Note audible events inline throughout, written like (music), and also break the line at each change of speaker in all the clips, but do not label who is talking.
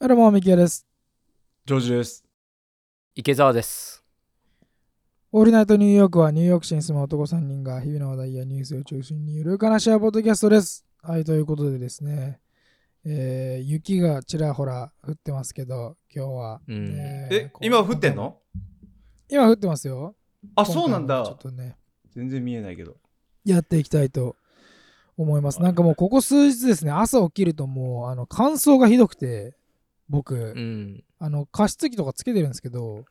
どうも、ミキヤです。
ジョージです。
池澤です。
オールナイトニューヨークはニューヨーク市に住む男3人が日々の話題やニュースを中心にゆるかなシェアポッドキャストです。はい、ということでですね、えー雪がちらほら降ってますけど、今日は。
うん
ね
え、
こう
今降ってんの
今降ってますよ。
あ、そうなん
今回も
だ
ちょ。っとね、
全然見えないけど。
やっていきたいと思います。なんかもうここ数日ですね、朝起きるともう、あの、乾燥がひどくて、僕、
うん。
あの加湿器とかつけてるんですけど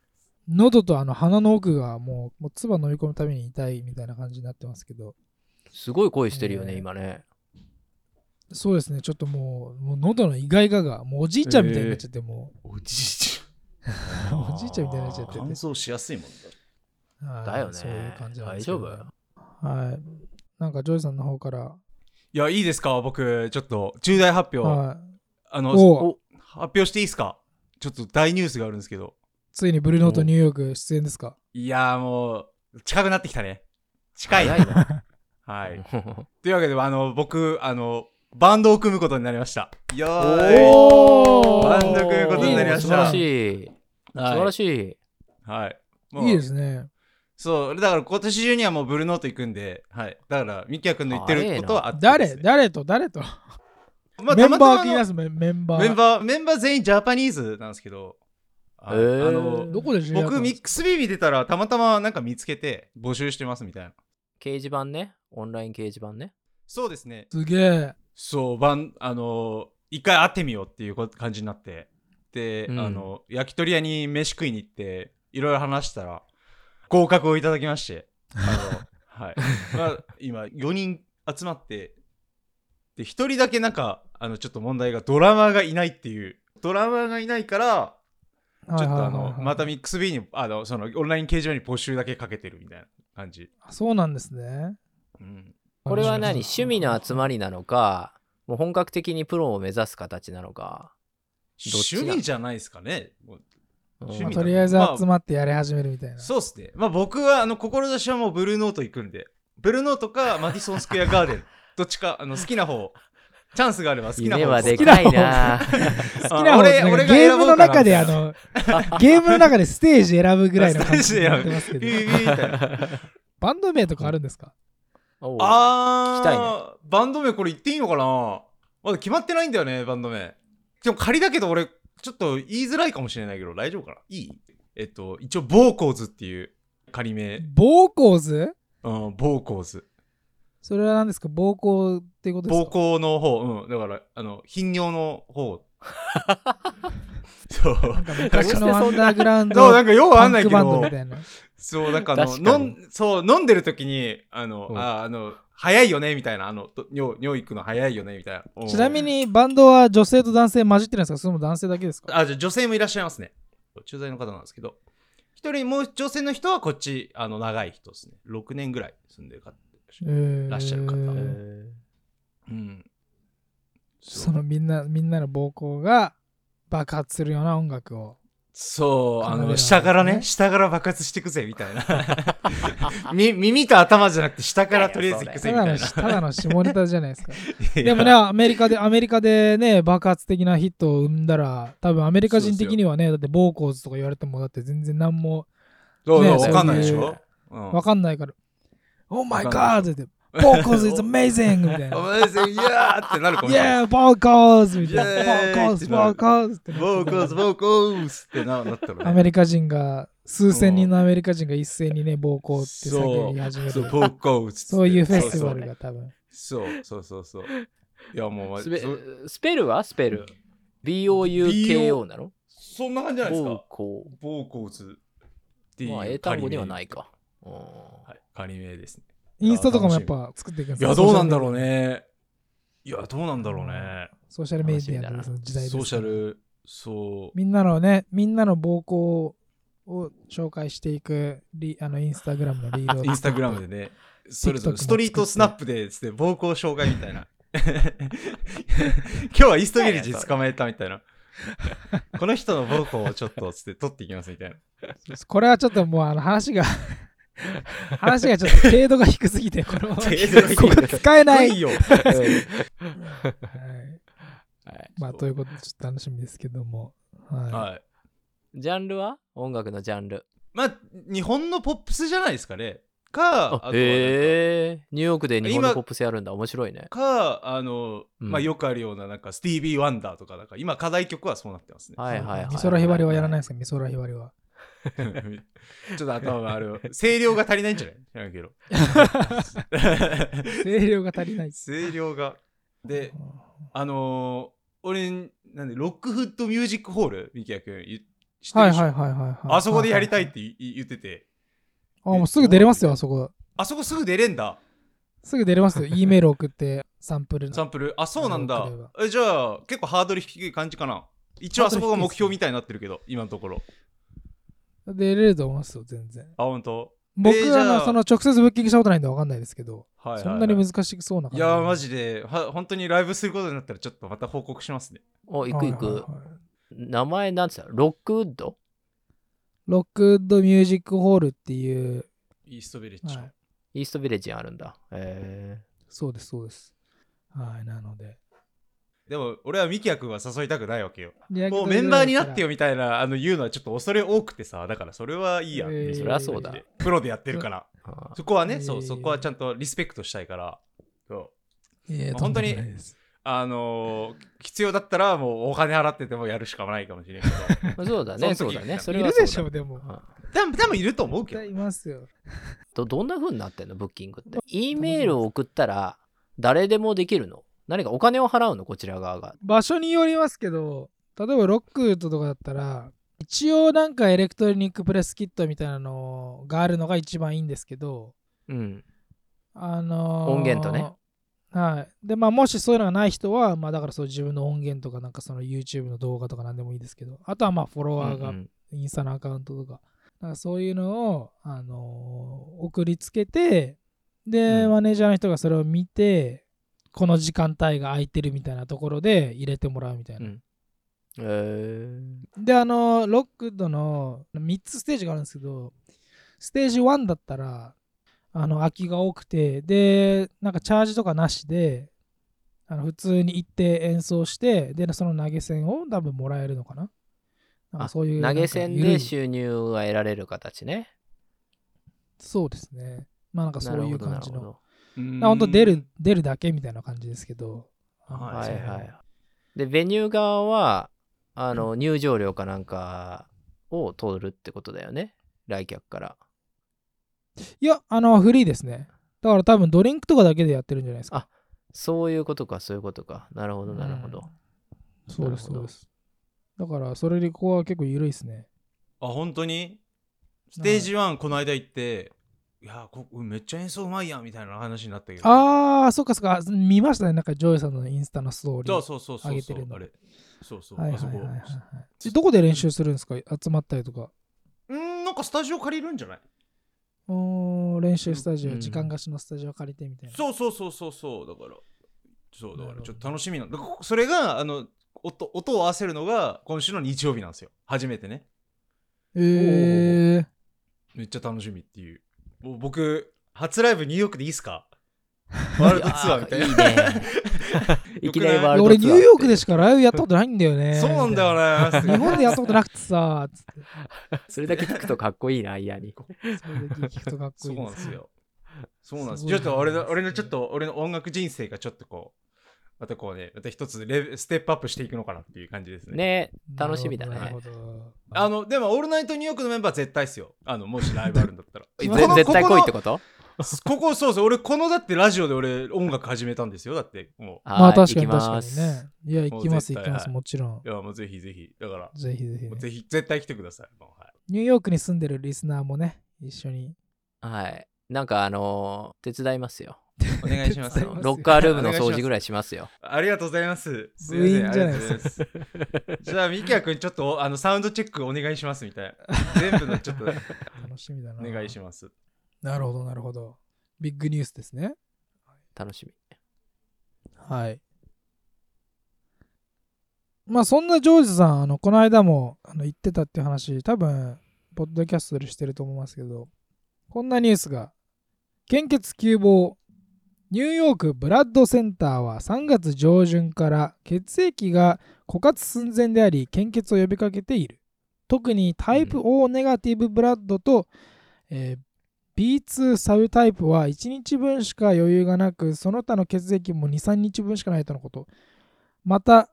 喉とあの鼻の奥がもうもう唾飲み込むために痛いみたいな感じになってますけど
すごい声してるよね、
えー
今ね。
そうですねちょっともうもう喉の意外ががもうおじいちゃんみたいになっちゃっても
おじいち
う、おじいちゃんみたいになっちゃってて
乾燥しやすいもんだ。
はい
だよね
そういう感じなんですけど
大丈
はいなんかジョージさんの方から
いや、いいですか僕、ちょっと、重大発表。
はい
あの、
お
お発表していいですかちょっと大ニュースがあるんですけど。
ついにブルーノートニューヨーク出演ですか
いやーもう、近くなってきたね。近い。
早いな。
はい。というわけで、あの、僕、あの、バンドを組むことになりました。よーい。
お
バンド組むことになりました
素晴らし
い
い。素晴らしい。
はい。もう
いいですね
そう、だから今年中にはもうブルーノート行くんで、はい。だから、ミキヤ君の言ってることはあってますね、
誰誰と誰と、
まあ
メンバ
たま
ー
たま
気になりますメメンバー
メンバー、メンバー全員ジャパニーズなんですけど、あ
へー
あの、
どこで知り合った
僕
ん
ミ
です
ックスビービー出たらたまたまなんか見つけて募集してますみたいな。
掲示板ね。オンライン掲示板ね。
そうですね。
かすげえ
そう、ばん、あの、一回会ってみようっていうこ感じになって、で、
うん
あの、焼き鳥屋に飯食いに行って、いろいろ話したら、合格をいただきまして、あ
(laughs)
の、はい。まあ、今、4人集まって、で、1人だけなんか、あの、ちょっと問題がドラマーがいないっていう、ドラマーがいないから、ちょっとあの、またミックス B に、あの、その、オンライン掲示板に募集だけかけてるみたいな感じ。
あそうなんですね。
うん。
これは何
面
趣
白い
味の集まりなのか、もう本格的にプロを目指す形なのか。どっちだ
趣味じゃないですかね。もう
うん
趣味
まあとりあえず集まってやり始めるみたいな。
そうっすね。まあ僕は、あの、志はもうブルーノート行くんで、ブルーノートかマディソンスクエアガー
(laughs)
デン、どっちか、あの、好きな方、チャンスがあれば好きな方
夢はで
好
かいな。
き
好きな方
俺、
なんか
俺が
ゲー
選
ム
ぼ
の
うかな
中であ、
(laughs)
の、ゲームの中でステージ選ぶぐらいの感
ス
じ
テージ
に
選ぶ
なってますけ
ビ
ど
ビ、ビみたいな。
バンド名とかあるんですか
おう
あー、
聞きたい
バンド名これ言っていいのかなまだ決まってないんだよね、バンド名。でも仮だけど俺、ちょっと言いづらいかもしれないけど、大丈夫かないいえっと、一応、ボーコーズっていう仮名。
暴行図
うん、ボーコーズ。
それは何ですか暴行ってことです
膀
か
胱の方、うん、だから、あの、頻尿
(laughs)
の方。そう。
なんか昔のアンダーグラウン
そう、
ド
(laughs) なんかようわ
パ
かんな
ン
い
ク
け
バンドみ
ど、
たいな。
そう、なんかあの、
確かに
飲んそう、飲んでる時に、あの、
うん
ああの、早いよね、みたいな、あの、と尿、尿行くの早いよね、みたいな。うん
ちなみにバンドは女性と男性混じってるんですかそれも男性だけですか
あ、じゃあ女性もいらっしゃいますね。駐在の方なんですけど。一人、もう女性の人はこっち、あの、長い人ですね。6年ぐらい住んでる方。
い
らっしゃる方
え
うん
ー
うん。そ
そ
う
のみんな、みんなの暴行が爆発するような音楽を。
そう、あ
奏でるわけ
の、
ですね
下からね、下から爆発していくぜ、みた
(laughs)
いな。み耳と頭じゃなくて、下からとりあえずいく
た
ぜ、み
だ
た
の
いな。
ただの下ネタじゃないですか。
(laughs) いや
でもね、、アメリカで、アメリカでね、爆発的なヒットを生んだら、多分アメリカ人的にはね、だって暴行図とか言われても、だって全然何も
どう
ね
どうわかんないでし
そうい
ょ
う
うん
わかんないから、Oh my
わか
god! って、暴行図 is amazing! みた
(laughs)
いな。
お前ですよ、いやーってなるかもしれない。
Yeah! 暴行図みたい
イエーイ
な。暴行図
ってな
暴
る
行図ってなる
ボーコーズ、ボーコーズってななった
ア
らね。
メリカ人が、数千人のアメリカ人が一斉にね、暴行って叫び始め
そう、
る。
ボーコーズって。
そういうフェスティバルが多分。
そうそうそうそう。いや、もう、
スペ
そ
スペルはスペル。BOUKO なの
そんな感じじゃないですか。
こ
ボーコーズって
う。
いう。
まあ、英単語ではないか。うん
仮名。はい仮名ですね。
インスタとかもやっぱ作っていくんです
いや、どうなんだろう。ね。いや、どうなんだろうね。
ソーシャルメディアのその時代です
ソ
から。
ーシャル、そう。
みんなのね、みんなの暴行を紹介していくリあのインスタグラムのリードを
(laughs) インスタグラムでね、それ
TikTok も作っ
ぞれ
て
ストリートスナップでつって暴行障害みたいな。 (laughs) 今日はイーストビレッジ捕まえたみたいな。この人の暴行をちょっとつって取っていきますみたいな。
これはちょっともうあの話が (laughs) 話がちょっと程度が低すぎ
(laughs)
てこれは
程度が低い
ここ使えない、
いよ。
はい
はい。
まあ、
そう
ということで、ちょっと楽しみですけども。はい。
はい。
ジャンルは音楽のジャンル。
まあ、日本のポップスじゃないですかね。か、あとはなんか
へえニューヨークで日本の
今
ポップスやるんだ。面白いね。
か、あの、
うん
まあ、よくあるような、なんか、スティービー・ワンダーとか、なんか、今、課題曲はそうなってますね。
はいはいはい。
美空ひばりはやらないですか美空ひばりは。
(laughs) ちょっと頭がある。声量が足りないんじゃない知らん
(laughs)
けど。
声量が足りないです。
声量が。で、あのー俺、なんで、ロックフッドミュージックホール、ミキヤ君、ゆ知って
はい
るでしょ
はいはいはいはい。
あそこでやりたいっ
は
て言い言ってて、
ははあ、もうすぐ出れますよ、あそこ。
あそこすぐ出れんだ、
すぐ出れ
(laughs)
ますよ。E メール送って、サンプルの
サンプル。あ、そうなん
な
だ
るほど。
えじゃあ、結構ハードル低い感じかな。一応、あそこが目標みたいになってるけど、今のところ。
出れると思いますよ、全然。
あ、本当
僕
えーじ
はあ
ゃあ
のその直接ブッキングしたことないんで分かんないですけど、
はいはいはい
そんなに難しそうな感じ。
いやー、マジで、は本当にライブすることになったら、ちょっとまた報告しますね。
お、行
は
く
い
行
はいはい
く。名前なんつったのロックウッド
ロックウッドミュージックホールっていう、
イーストビレッ
は
ジ。
い、
イーストビレッジにあるんだ。へ
そうです、そうです。はい、なので。
でも、俺はミキヤ君は誘いたくないわけよ。も
も
うメンバーになってよみたいな、あの、言うのはちょっと恐れ多くてさ、だからそれはいいや。
えー
そりゃそうだ
でプロでやってるから。
え。あ
そこはね、
えー
そう、そこはちゃんとリスペクトしたいから。そう
え
本当に
は
あのー必要だったらもうお金払っててもやるしかないかもしれんけど
ーそうだ
(laughs) そ
ね、そ
の
う
時
だね。
い
そ
い
れは
る
そう
で
だ
しょ、でも。
うん
多分多分いると思うけ
絶
ど
対いますよ。
どどんな風になってんのブッキングって。E メールを送ったら誰でもできるの何かお金を払うのこちら側が。
場所によりますけど、例えばロックウッドとかだったら、一応なんかエレクトロニックプレスキットみたいなのがあるのが一番いいんですけど、
うん。
あのー
音源とね。
はい。で、まあ、もしそういうのがない人は、まあ、だからそう自分の音源とか、なんかその YouTube の動画とか何でもいいですけど、あとはまあ、フォロワー
う
が
んうん
インスタのアカウントとか、なんかそういうのを、あのー送りつけて、で、
うん
マネージャーの人がそれを見て、この時間帯が空いてるみたいなところで入れてもらうみたいな。
へー
で、あのーロックドの3つステージがあるんですけど、ステージ1だったら、あの、空きが多くて、で、なんかチャージとかなしで、あの普通に行って演奏して、で、その投げ銭を多分もらえるのかな。なんか
あ
そういう
投げ銭
なんか緩
で
い
収入が得られる形ね。
そうですね。まあなんかそういう
な
感
るほ
じ
どなるほ
の。
ど
うん
本当出る、出るだけみたいな感じですけど。
は
はい
そう
はい。で、ベニュー側はあの入場料かなんかを取るってことだよね。来客から。
いや、あの、フリーですね。だから多分ドリンクとかだけでやってるんじゃないですか。
そういうことか、そういうことか。なるほど、なるほど。
そうです、そ
なる
う
ほど
です。だから、それでここは結構緩いですね。
あ本当にステージ1この間行っていやーこめっちゃ演奏うまいやんみたいな話になったけど
あー、そっかそっか。見ましたね。なんか、ジョイさんのインスタのストーリ
そう
ー。
そうそう
上
そう
げ
そ
て
う
るの
あれそうそう、
はい
あ
はい
そ
はい
こ
はいはいえどこで練習するんですか集まったりとか。
うんなんかスタジオ借りるんじゃない
おー練習スタジ
う
オ、
ん
時間貸しのスタジオ借りてみたいな。
そうそうそうそうそうだからそうだか
なる
ら
ほ
ち
ど
ょっと楽しみなんだからそれがあの音音を合わせるのが今週の日曜日なんですよ初めてね
えー、
めっちゃ楽しみっていう。もう僕、初ライブニューヨークでいいっ
(laughs)
すかワールドツアーみたいな。
いやーいいね。いきなりワールドツアー。
俺、ニューヨークでしかライブやったことないんだよね。
そうなんだよね。
日本でやったことなくてさ、つって。
それだけ聞くとかっこいいな、嫌に。
それで聞くとかっこ
そ
いうい
なんです。よ。そうなんです
すごい
ちょっと俺
な
の
んですね
俺のちょっと俺の音楽人生がちょっとこう、またこうね、また一つレベステップアップしていくのかなっていう感じですね。
ね楽しみだ
なる
ね。
ほ。ど。
あの、でも、オールナイトニューヨークのメンバーは絶対っすよ。あの、もしライブあるんだ (laughs) ったら
ぜ
この
絶対来いって
ここ
こと
のここ、そうそう。俺、このだってラジオで俺音楽始めたんですよ。だって、も
ま
は
あ
い
確かに
行き
確か
ま
に
す
ね。いや、行きます、
も
行
う絶対
きます、
はい
もちろん
う。い。や、もうぜひぜひ。だから、
ぜひぜ
もう
ひ。
ぜひ、絶対来てください。もうはい
ニューヨークに住んでるリスナーもね、一緒に。
はい。なんかあのー手伝いますよ。
お願いします
手
よ
伝います。
ロッカールームの掃除ぐらいしますよ。
ありがとうございます。すいま
部
せ
員
ん、あ
じ
り
ゃ
が
ない
と
で
うご
す
ざいます。じゃあ、ミキヤくん、ちょっとあのサウンドチェックお願いしますみたい
(laughs)
な。全部のちょっと
楽しみだな。
お願いします。
なるほど、なるほど。ビッグニュースですね。
楽しみ。
はい。まあそんなジョージさん、あのこの間もあの言ってたっていう話、多分、ポッドキャストでしてると思いますけど、こんなニュースが、献血急防ニューヨークブラッドセンターは3月上旬から血液が枯渇寸前であり献血を呼びかけている特にタイプ O ネガティブブラッドと、えー B2 サブタイプは1日分しか余裕がなくその他の血液も23日分しかないとのことまた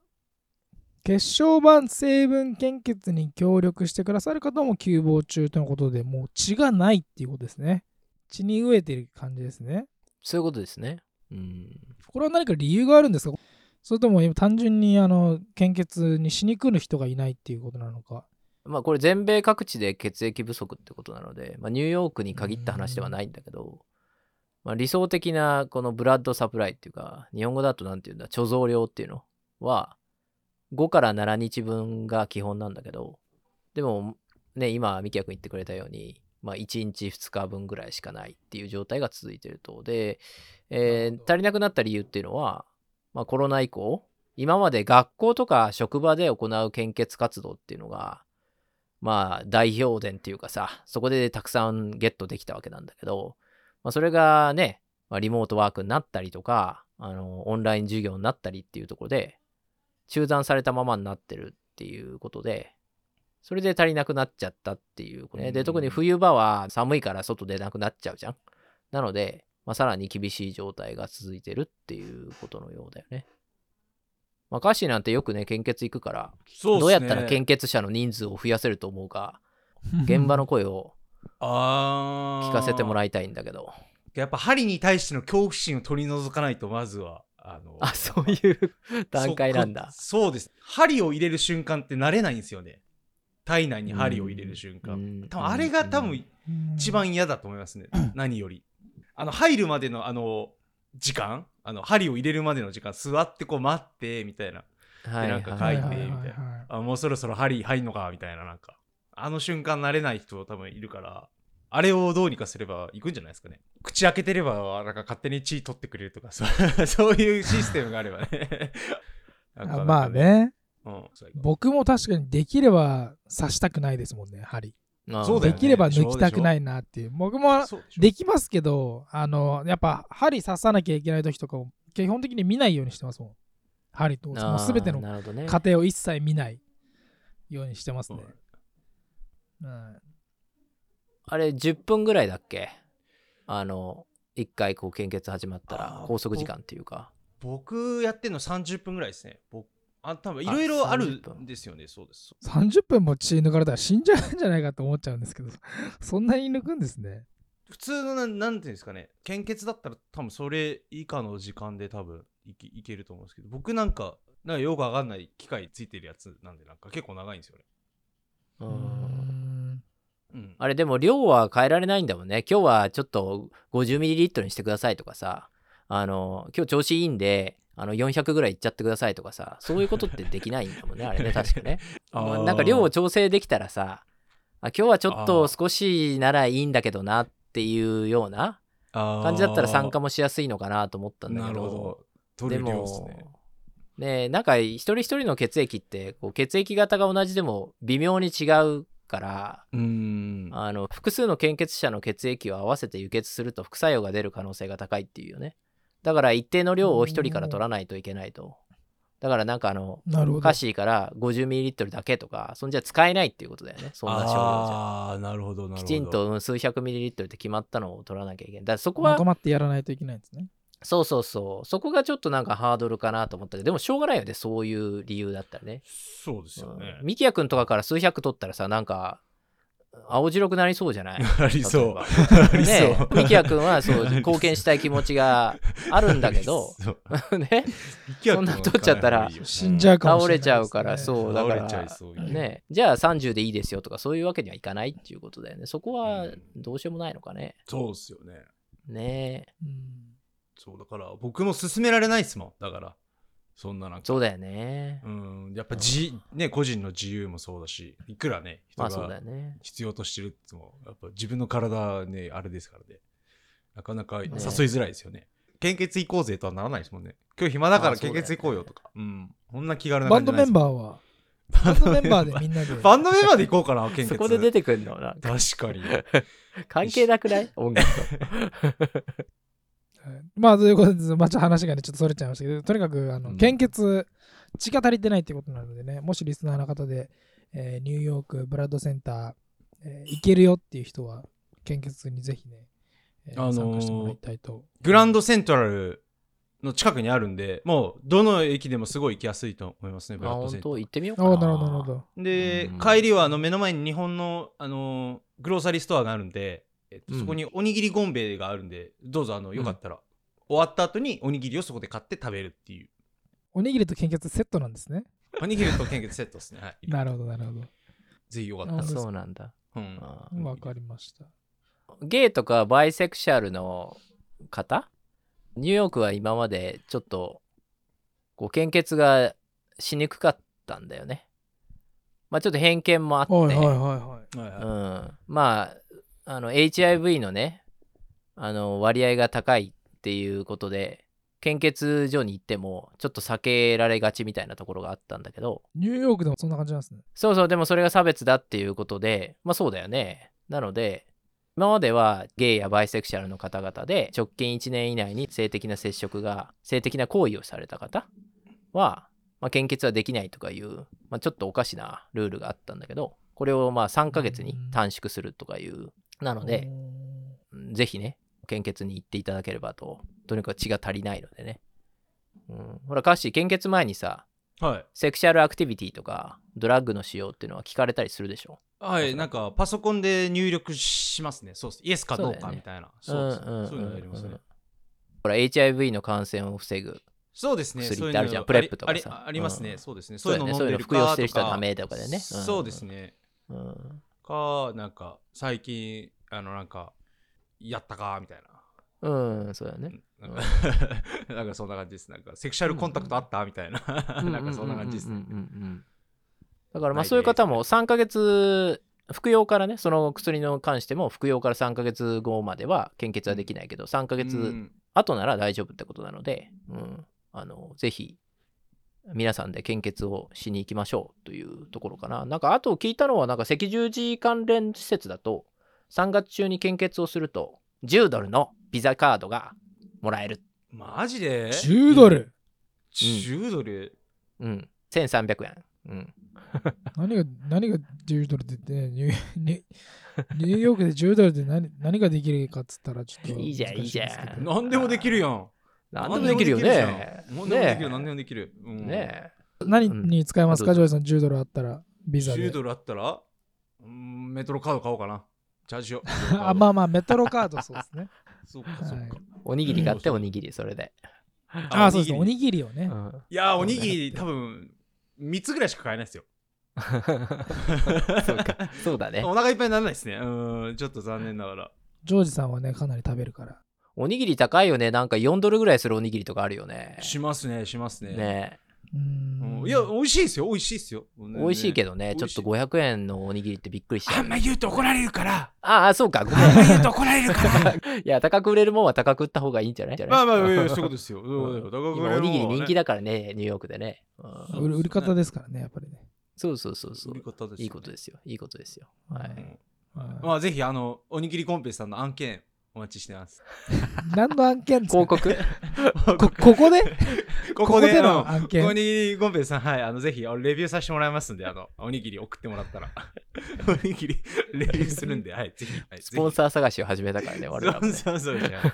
血小板成分献血に協力してくださる方も急募中とのことでもう血がないっていうことですね血に飢えてる感じですね
そういうことですね。うん。
これは何か理由があるんですかそれとも今単純にあの献血にしに来る人がいないっていうことなのか
まあこれ全米各地で血液不足ってことなので、まあ、ニューヨークに限った話ではないんだけど、まあ、理想的なこのブラッドサプライっていうか日本語だと何て言うんだ貯蔵量っていうのは5から7日分が基本なんだけどでもね今ミキヤ君言ってくれたように、まあ、1日2日分ぐらいしかないっていう状態が続いてるとで、え
なる
ー
ほど
足りなくなった理由っていうのは、まあ、コロナ以降今まで学校とか職場で行う献血活動っていうのがまあ代表伝っていうかさそこでたくさんゲットできたわけなんだけど、まあ、それがね、まあ、リモートワークになったりとかあのオンライン授業になったりっていうところで中断されたままになってるっていうことでそれで足りなくなっちゃったっていう、ね、
う
で
ん
特に冬場は寒いから外出なくなっちゃうじゃんなので、まあ、さらに厳しい状態が続いてるっていうことのようだよねまあ歌詞なんてよくね献血行くから
そうっすね
どうやったら献血者の人数を増やせると思うか現場の声を
あー
聞かせてもらいたいんだけど
やっぱ針に対しての恐怖心を取り除かないとまずはあの
あそういう段階なんだ
そそうです針を入れる瞬間って慣れないんですよね体内に針を入れる瞬間、
うん
多分あれが多分一番嫌だと思いますね、何よりあの入るまでのあの時間あの針を入れるまでの時間座ってこう待ってみたいな
はい
なんか
は
書
い
いて
は
みたいなあもうそろそろ針入んのかみたいななんかあの瞬間慣れない人多分いるからあれをどうにかすればいくんじゃないですかね口開けてればなんか勝手に血取ってくれるとかそう (laughs) そういうシステムがあれば
(laughs)
ねなかなか
まあ、ね
うん、
僕も確かにできれば刺したくないですもんね針
いあ
そうだ
で
よね
きれば抜きたくないなっていう僕も
そうしょ
できますけどあのやっぱ針刺さなきゃいけない時とかも基本的に見ないようにしてますもん針ともう全ての
あーなるほどね
過程を一切見ないようにしてますね、うん
あれ10分ぐらいだっけあの一回こう献血始まったら
あー
拘束時間っていうか
僕やってんの30分ぐらいですね僕あ多分いろいろある
30
んですよねそうです
30分も血抜かれたら死んじゃうんじゃないかと思っちゃうんですけど (laughs) そんなに抜くんですね
普通のななんていうんですかね献血だったら多分それ以下の時間で多分いけいけると思うんですけど僕なんかなんかよくわかんない機械ついてるやつなんでなんか結構長いんですよね、
う
うんん
うん、
あれでも量は変えられないんだもんね今日はちょっと 50ml にしてくださいとかさあの今日調子いいんであの400ぐらいいっちゃってくださいとかさそういうことってできないんだもんねあ
(laughs)
れね確かねまあなんか量を調整できたらさあ今日はちょっと少しならいいんだけどなっていうような
感
感じだったら参加
も
もしやすいのかなと思ったんだ
な
け
るほ
ど
ど取
で
る量です
も
ね
ねえなんか一人一人の血液ってこう血液型が同じでも微妙に違うから
うーん
あの複数の献血者の血液を合わせて輸血すると副作用が出る可能性が高いっていうよねだから一定の量を一人から取らないといけないとだからなんかあの
なるほど
カシーから 50ml だけとかそんじゃ使えないっていうことだよねそんな少量じゃ
ああーなるほどなるほど
きちんとうん数百 ml って決まったのを取らなきゃいけないだからそこ
ま
は
とまってやらないといけないんですね
そうそうそうそこがちょっとなんかハードルかなと思ったけどでもしょうがないよねそういう理由だったらね
そうですよね、
ミキヤ君とかから数百取ったらさなんか青白くなりそうじ
(laughs)
ゃない
あり
例
そ
え
う
ば
ありそう
ねえミキヤ君はそ
あ
う
りそう
貢献したい気持ちがあるんだけど
(laughs) そう
ね
そ
んな取っちゃったら
死んじゃうかも
倒
しれないです
れ
ね
ちゃうからそうだか
倒れちゃい
ら
そう
ねじゃあ30でいいですよとかそういうわけにはいかないっていうことだよねそこはどうしようもないのかね
そうですよね
ねえ
うん
そうだから僕も勧められないですもんだからそんななんか
そうだよね
うんやっぱじ、ね個人の自由もそうだしいくらね人
まあそうだ
が
よね
必要としてるっつってもやっぱ自分の体ねあれですからねなかなか誘い
ね
づらいですよね献血行こうぜとはならないですもんね今日暇だか
ま
ら
あそう
献
だよね
血行こうよとかうんこんな気軽な
バ
感
ン
じ
ド
じ
メ
ゃない
ン
です
バーはバンドメンバーでみんなで
バンドメンバーで行こうかな献血
(laughs) そこで出てくんのなんか
確かに
関係なくない音楽と
まあ、ということで、まあ、ちょっと話がね、ちょっとそれちゃいましたけど、とにかく、あの、
うん
献血、血が足りてないってことなのでね、もしリスナーの方で、えーニューヨークブラッドセンター、えー行けるよっていう人は、献血にぜひね、えー
あのー
参加してもらいたいと。
グランドセントラルの近くにあるんで、もうどの駅でもすごい行きやすいと思いますね、ブ
あ、
ラッドセ
本
ント
当行ってみよう
あ
かな。
あ、なるほど、なるほど。
で
うん、
帰りはあの目の前に日本の、あのーグローサリーストアがあるんで、えっと
うん
そこにおにぎりゴンベイがあるんで、どうぞあのよかったら、終わった後におにぎりをそこで買って食べるって
(laughs)
いう。
おにぎりと献血セットなんですね。
おにぎりと献血セットですね。はい、
なるほど、なるほど。
ぜひよかった
な
ら
るほど
そうなんだ。
うん
あ
わかりました。
ーゲイとかバイセクシャルの方ニューヨークは今までちょっとこう献血がしにくかったんだよね。まあちょっと偏見もあって、
はいはいはいはい。
はいは
う
い
ん、まああの HIV のねあの割合が高いっていうことで献血所に行ってもちょっと避けられがちみたいなところがあったんだけど
ニューヨークでもそんな感じなんですね。
そうそうでもそれが差別だっていうことでまあそうだよねなので今まではゲイやバイセクシャルの方々で直近1年以内に性的な接触が性的な行為をされた方は、まあ、献血はできないとかいう、まあ、ちょっとおかしなルールがあったんだけどこれをまあ3ヶ月に短縮するとかいうなので、うんぜひね献血に行っていただければととにかく血が足りないのでね、うん、ほらカッシー献血前にさ
はい。
セクシャルアクティビティとかドラッグの使用っていうのは聞かれたりするでしょ
はい、なんかパソコンで入力しますね。そうです。イエスかどうかみたいな。そうですね
んんんん
そういうのやりますね。
ほら HIV の感染を防ぐ
そうですね。
薬
そういう
ってあるじゃんプレップと
あ
かさ
りありあります
う
ね。
ん
そうですね。
そう
そうい
だ
うの
よね
飲んでる
そういうの服用
か
してる
と
人はダ
か。
メとかでねうん
そうですね。
うん
か、なんか、最近、あの、なんか、やったか、みたい
うんそうだよね
な。なんかなん (laughs) かそんな感じです。なんか、セクシャルコンタクトあったみたいな。 (laughs) (laughs) なんかそんな感じです
うんう
ね
ん。うんうんうんだか
な
らま
い
あ
です
そういう方も3ヶ月服用からねその薬の関しても服用から3ヶ月後までは献血はできないけど3ヶ
う
月
ん
後なら大丈夫ってことなので、うん、あのぜひ皆さんで献血をしに行きましょうというところかな。なんかあと聞いたのはなんか赤十字関連施設だと3月中に献血をすると10ドルのビザカードがもらえる。
マジで
10ドル、
!10 ドル
うん、1300円。うん、
何が何が10ドルって言って、ね、ニュー (laughs) ニュニューヨークで10ドルで何何ができるかっつったらちょっと
いいじゃん
難しですけど
いいじゃん
何でもできるやん。
何でもできるよね。
何でもできるじゃん何でもできる。
ね
何でもできる
え。
うん
ねえ
何
うん
に使えますか、
あ
ジ
ど
ョイさん10ドルあったらビザで
10ドルあったら、うんメトロカード買おうかな。チャージしよう。
(laughs) あまあまあメトロカードそうですね
そうか、そう
はい
か。
おにぎり買っておにぎりそれで。
あそうですねお
おにぎり
にぎりをね、
うん
いやー、おにぎり多分、3つぐらいしか買えないですよ。
そうかそうだ
(laughs)
ね。
お腹いっぱいにならないですね。うーん、ちょっと残念ながら。
ジョージさんはねかなり食べるから
おにぎり高いよね。なんか4ドルぐらいするおにぎりとかあるよね。
しますね、しますね。
ね
うーん
うんいや、美味しいですよ、美味しいですよ。美
美味しいけどね、ち
美
ょっ
味しい
と500円のおにぎりってびっくりしちゃう。
言うと怒られるから。
ああ、そうか。ごめん
(laughs) あんま言うと怒られる
(laughs)
から。
いや、高く売れるもんは高く売った方がいいんじゃない
まあまあ、そういうことですよ。
今おにぎり人気
だ。
だからね、ニューヨークでね。うん
売る売り方ですからねやっぱりね
そうそうそうそ
売り
う。
方ですよね
いいことですよ。いいことですよ。
う
はい。
ん
はい
まあ、ぜひ、あの、おにぎりコンペさんの案件、お待ちしてます。
(laughs)
何の案件ですか
広
(laughs)
告
こここで
ここで、
の
あ
案
の
件
おにぎりコンペさん、はい、あの、ぜひ、あのレビューさせてもらいますんで、あの、おにぎり送ってもらっ
(laughs)
たら。おにぎり、レビューするんで、はい、ぜひ。はい
スポンサー探しを始めたからね、我々もね。
そうそうそうじゃん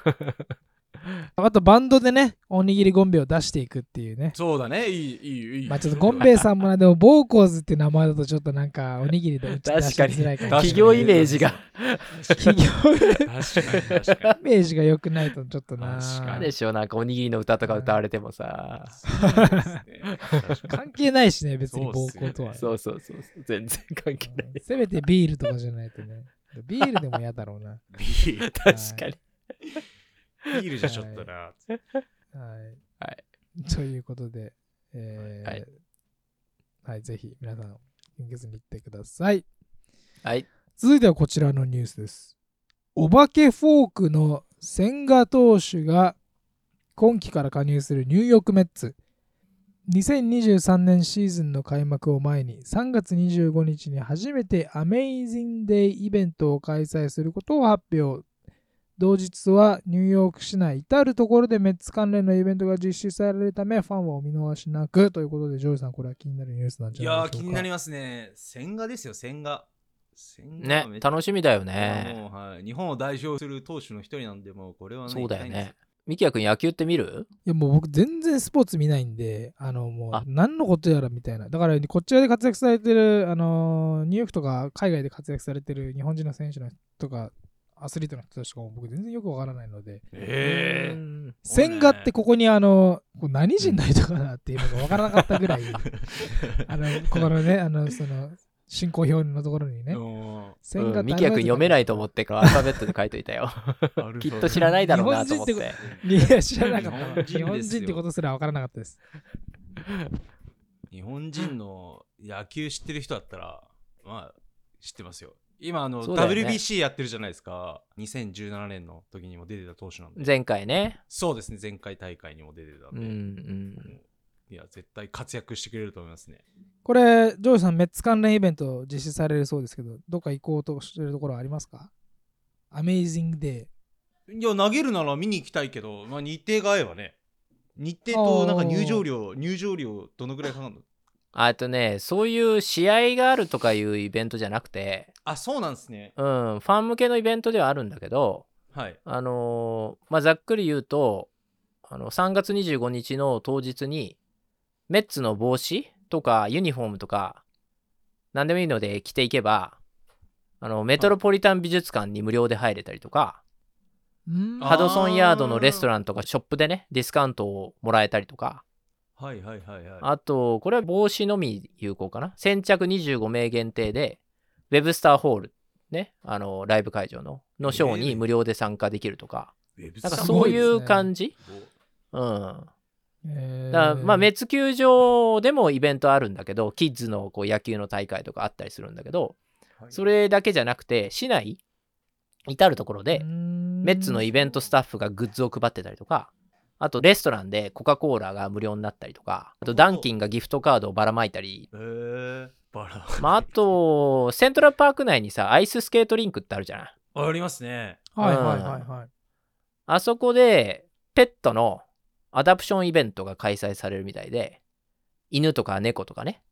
あとバンドでねおにぎりゴンベを出していくっていうね
そうだね、いい、いい、いい。
まあちょっとゴンベイさんもなでもボーコーズって名前だとちょっとなんかおにぎりで打ち出しづらいかも
確か
し
に
企
(laughs)
業イメージが。
れない企業
確かに、確かに。
イメージが良くないとちょっとな
確か
あ
に
れでしょ、なんかおにぎりの歌とか歌われてもさ。
関係ないしね別に暴
そうっすよ
行
ね
とは、
そうそうそうそう。全然関係ない。
せめてビールとかじゃないとねビールでも嫌だろうな、
ビール
確かに。
ビールじゃちょっとな。
はい
は
ということで、えー
はい
はいぜひ皆さん献血に行ってください
はい。
続いてはこちらのニュースです。お化けフォークの千賀投手が今季から加入するニューヨークメッツ。2023年シーズンの開幕を前に3月25日に初めてアメイジングデイイベントを開催することを発表。同日はニューヨーク市内至る所でメッツ関連のイベントが実施されるためファンはお見逃しなくということでジョージさんこれは気になるニュースなんじ
い
ゃな
や
い
ー
でし
気
ょうか
になりますね千賀ですよ千賀千賀
ね
はめっちゃ
楽しみだよ
も
ね
うはい、日本を代表する投手の一人なんでもうこれはね
そうだよ
痛いんです
ねミキヤ君野球って見る
いやもう僕全然スポーツ見ないんで、あのもう
あ
何のことやらみたいな。だからこちらで活躍されてる、あのーニューヨークとか海外で活躍されてる日本人の選手の人とか、アスリートの人たちとかも僕全然よくわからないので、
ええ
ー、
そうね
千賀ってここにあの、こう何人だいたかなっていうのがわからなかったぐらい、
(laughs)
あの、ここのね、あの、その、進行表のところにね、
うん
千
うん
賀
ミキヤ君読めないと思ってからアルファベットで書いといた (laughs)
ア
よ
ルファベット
きっと知らないだろうなと思って
日本人いや、知らなかった。
日
日
本人
本
ですよ
人ってことすらわからなかったです。
日本人の野球知ってる人だったら、まあ、知ってますよ。今、あの、
そうだよね
WBC やってるじゃないですか。2017年の時にも出てた投手なんで。
前回ね
そうですね、前回大会にも出てたん
う
で。
んうん
いや、絶対活躍してくれると思いますね。
これ、ジョージさん、メッツ関連イベント実施されるそうですけど、どっか行こうとしてるところはありますかアメイジングデ
いや、投げるなら見に行きたいけど、まあ、日程が合えばね。日程となんか入場料、入場料どのぐらいかかるの
あとねそういう試合があるとかいうイベントじゃなくて
あ、そうなんですね。
うん、ファン向けのイベントではあるんだけど、
はい。
あのーまあ、ざっくり言うと、あの3月25日の当日に、メッツの帽子とかユニフォームとか、何でもいいので着ていけば、あのメトロポリタン美術館に無料で入れたりとか、
ー。ん
あ
ハドソンヤードのレストランとかショップでね、ディスカウントをもらえたりとか、
はいはいはいはい。
あと、これは帽子のみ有効かな。先着25名限定で、ウェブスターホール、ね、あの、ライブ会場の、のショー
えー
に無料で参加できるとか、
ウェブ
なんか
す
そ
ご
う
い
い
ですね
う感じ、うん。
えー
だからまあ、メッツ球場でもイベントあるんだけど、キッズのこう野球の大会とかあったりするんだけど、それだけじゃなくて、市内、至るところで、メ
メ
ッツのイベントスタッフがグッズを配ってたりとか、あとレストランでコカ・コーラが無料になったりとか、あとダンキンがギフトカードをばらまいたり、
へえバラ。
まあ、あと、セントラルパーク内にさ、アイススケートリンクってあるじゃない。
あありますね。
はいはいはいはい。
あそこで、ペットのアダプションイベントが開催されるみたいで、犬とか猫とかね。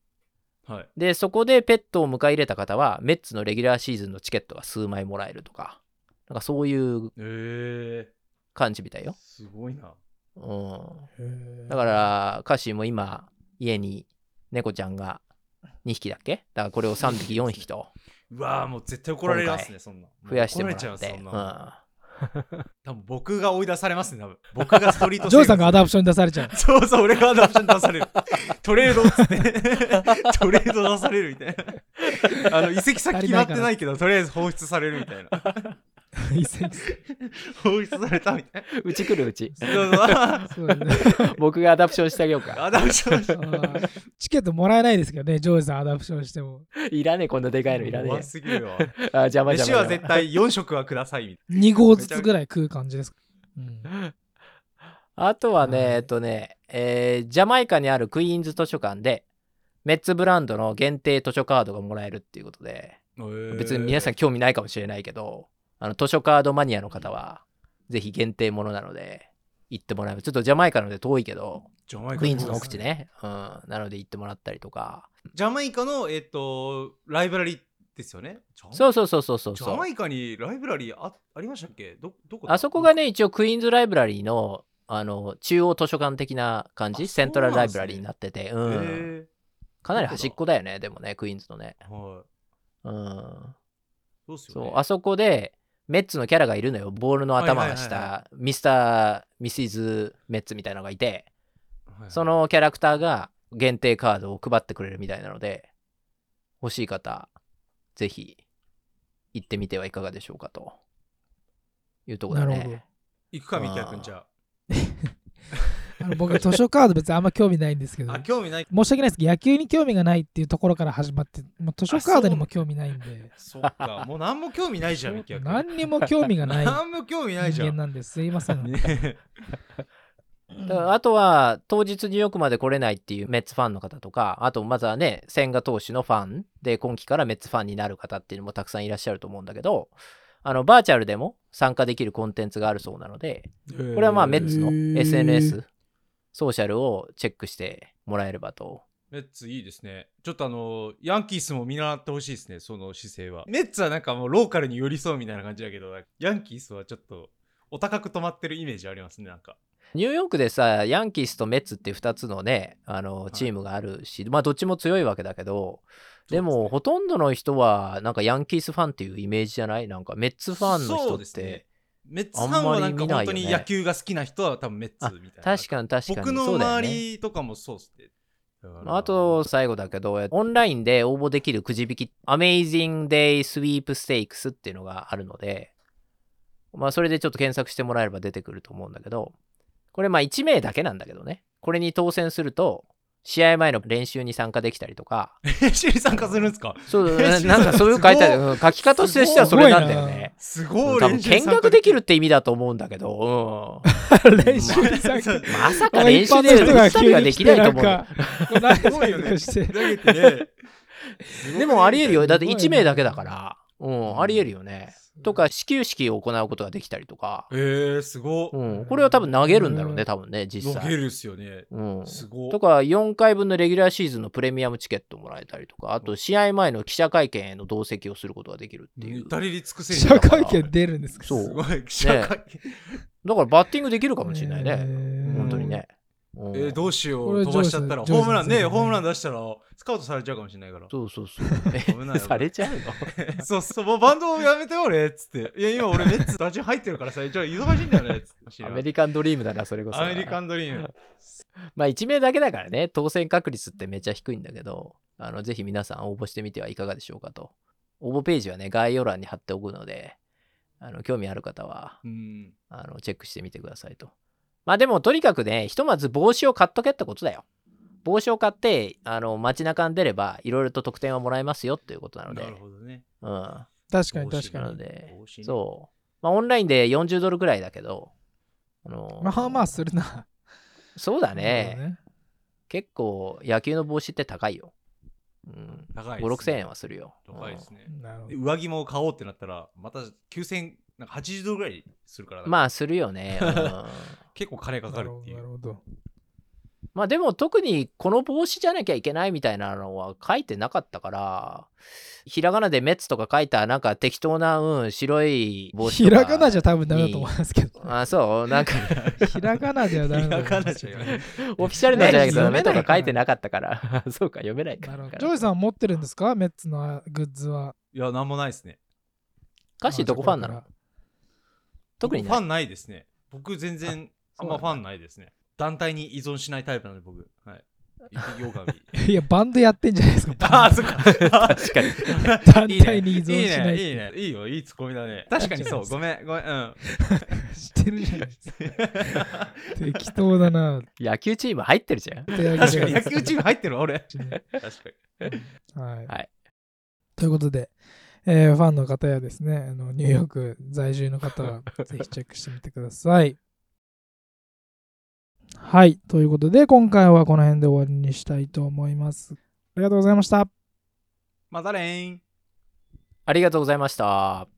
はい。
で、そこでペットを迎え入れた方は、メッツのレギュラーシーズンのチケットが数枚もらえるとか、なんかそうい
へ
う
え
感じみたいよ。
すごいな。
うん。
へー
だから、カシーも今、家に猫ちゃんが2匹だっけだからこれを3匹、4匹と
うわーもう絶対怒られます
今
ね、そんな。
増やしてもら
怒ら
っ
れちゃう、そ
て。うんん、
な。
あ
多分僕が追い出されますね、多分。僕がストリート
ジョージさんがア
ダ。
ダプションに出されちゃう
(laughs) そうそう、俺がアダプション出される。 (laughs) トレードっつって。 (laughs) トレード出されるみたいな。 (laughs) あの、移籍先決まってないけど、とりあえず放出されるみたいな。
(laughs) 一斉にそ
(laughs) 放出されたみたいな。
うち来るうち。
そうそう
うですね
僕がアダプションしてあげよう
(laughs)
か。
アダプションし
あーチケットもらえないですけどね、ジョージさんアダプションしても。
いらねえ、こんなでかいのいらね
怖すぎる (laughs) わ。
え。あ邪魔
飯
邪
は
魔邪
絶
魔。
対4食はくださいみたい
2合ずつぐらい食う感じですか。うん
あとは
はい
ね、えっとね、えージャマイカにあるクイーンズ図書館で、メッツブランドの限定図書カードがもらえるっていうことで、
な。
別に皆さん興味ないかもしれないけど、あの図書カードマニアの方は、ぜひ限定ものなので、行ってもらえば、ちょっとジャマイカなので遠いけど、
ジャマイカ
クイーンズの奥地ね、うん、なので行ってもらったりとか、
ジャマイカの、えっと、ライブラリですよね。ジャマ
そうそうそうそうそう
ジ
そ
ャマ
う、
イカにライブラリあありましたっけどどこだ
あそこがね、一応クイーンズライブラリーの、あの、中央図書館的な感
あ
じ、セントラル
そうなん
ライ
すね
ブラリーになってて、う
へ
ん、
ー
かなり端っこだよね、でもね、クイーンズのね、
はい。
うん、
そうっすよ、
そ
ね
う、。あそこで、メッツのキャラがいるのよ、ボールの頭がし
はいはい
た、ミスター・ミシズ・メッツみたいなのがいて、
はいはい
そ、のキャラクターが限定カードを配ってくれるみたいなので、欲しい方、ぜひ行ってみてはいかがでしょうかというところだ
なるほど
ね。
行くか、みきやくんじゃ
あの僕、図書カード別にあんま興味ないんですけど
あ。あ、。興味ない。
申し訳ないですけど野球に興味がないっていうところから始まってもう図書カードにも興味ないんで
そっか、もう何も興味ないじゃん、みきやくん。
(laughs) 何にも興味がない
(laughs) 何も興味ないじ
人間
ゃん。
なんですすいません、
ね
だからあとは、当日ニューヨークまで来れないっていうメッツファンの方とか、あとまずはね、千賀投手のファンで、今季からメッツファンになる方っていうのもたくさんいらっしゃると思うんだけど、あの、バーチャルでも参加できるコンテンツがあるそうなので、
こ
これはまあ、メッツ
へ
の
ー
SNS、ソーシャルをチェックしてもらえればと。
メッツいいですね。ちょっとあの、ヤンキースも見習ってほしいですね、その姿勢は。メッツはなんかもうローカルに寄り添うみたいな感じだけど、なんかヤンキースはちょっと、お高く止まってるイメージありますね、なんか。
ニューヨークでさ、ヤンキースとメッツっていう2つのね、あの、
い
チームがあるし、まあ、どっちも強いわけだけど、で
そう
も、
すね
ほとんどの人は、なんかヤンキースファンっていうイメージじゃないなんか、メッツファンの
そ
人
う
っ
です
て、
ねメッツファンはなん
あんまり見
か
な
本
いよ
当
ね
に野球が好きな人は多分メッツみたいな。
確かに確かに。
僕の
そうだよね
周りとかもそうっすね。だから
まああと、最後だけど、オンラインで応募できるくじ引き、Amazing Day Sweep Stakes っていうのがあるので、まあ、それでちょっと検索してもらえれば出てくると思うんだけど、これ、まあ、1名だけなんだけどね。これに当選すると、試合前の練習に参加できたり
(laughs)
とか、
練習に参加するん
(laughs)
ですか
そう、
え
な
すごい
なんかそういう書いてある、うん書き方としてはそれなんだよね。
す
うん
ごい
多分
練習に
見
参加
学できるって意味だと思うんだけど、うん
(laughs) 練習に参加。
まあ朝 (laughs) から練習で打つたりはできない
(laughs)
と思う。
う。なん
(laughs)
かこう投げたりして
投げてね。すごくね
でもありえるよ。だって
すごいね
1名だけだから。うん、ありえるよね。
すごい
とか、始球式を行うことができたりとか。
えー、すご
う
っ。
ん、これは多分投げるんだろう
う
ね、
ん
多分ね、実
投げ
際。
るっすよね。
うん。
すごっ
とか、4回分のレギュラーシーズンのプレミアムチケットもらえたりとか、あと、試合前の記者会見への同席をすることができるっていう。
至れり尽くせ
記
り
者
だから
会見出るんですか
そう
すごい、記者会見。
だから、バッティングできるかもしれない
へ
ね。
ー
本当にね。うん
えー、どうしよ
これ
う、飛ばしちゃったら、
ジョ
ホ
ー
ームラ
さん
ン
ジョーさんです
ね、
よね
ホームラン出したら、スカウトされちゃうかもしれないから。
そうそうそう。
(laughs) 危ない
(laughs) されちゃうの
そう (laughs) そう、もうバンドをやめて俺っつって。いや、今俺メッツ打順入ってるからさ、一応忙しいんだよねっつって。
アメリカンドリームだな、それこそ。
アメリカンドリーム。
まあ1名だけだからね、当選確率ってめちゃ低いんだけど、あのぜひ皆さん応募してみてはいかがでしょうかと。応募ページはね、概要欄に貼っておくので、あの興味ある方は
うん。
あのチェックしてみてくださいと。まあでもとにかくね、ひとまず帽子を買っとけってことだよ。帽子を買って、あの街中に出れば、いろいろと得点はもらえますよっていうことなので。
なるほどね。
うん。な
確かに確か
ど
に
の。で
帽子、ね
そう。まあオンラインで40ドルぐらいだけど、あの
まあまあするな。
そうだ
なる
ね
ほ。どね。
結構野球の帽子って高いよ。うん、
高いです
5、
ね
6千円はするよ。
高いですね。
なるほ
で
ど
上着も買おうってなったら、また9000、なんか80ドルぐらいするから、
うんまあする
(laughs)
よね。うん
結構金かかるってい
なる
う。
ほど。
まあでも特にこの帽子じゃなきゃいけないみたいなのは書いてなかったから、ひらがなでメッツとか書いたなんか適当な、うん、白い帽子
ひ
とか。
らがなじゃ多分ダメだと思いますけど。
あそうなん
(laughs)
か
ひ
(laughs)
らがなじゃダメ
ひ
だ
ら
と思い
が
ま
な
す
じ
け
ゃ
ど
な。い
オフィシャルなじゃないけど
読め
メ
ない
と
から
か書いてなかったから、そうか読めないか
なる
ら
ほど。ジョイさん持ってるんですかメッツのグッズは。
いや、なんもないですね。
歌詞どこファンなの特に
僕フ
な
ァ
い
ンないですね。僕全然、
あ
あ
そ
ん
うなんだ
まファンないですね。団体に依存しないタイプなんで、僕。 (laughs) はい。一匹 (laughs) 狼。
いや、バンドやってんじゃないですか。
(laughs) ああ、そっか。
確かに。
団体に依存しない
いいね、いいね、いいね。いいよ、いいツッコミだね。確かにそう。ごめん、ごめん。うん。
知ってるじゃないですか。適当だな。
野球チーム入ってるじゃん。
確 (laughs)
確
かに野球チーム入ってるわ俺。確か
はい、
はい
ということで、えーファンの方やですねあのニューヨーク在住の方はぜひチェックしてみてください。はいということで今回はこの辺で終わりにしたいと思います。ありがとうございました。
またねーん。
ありがとうございました。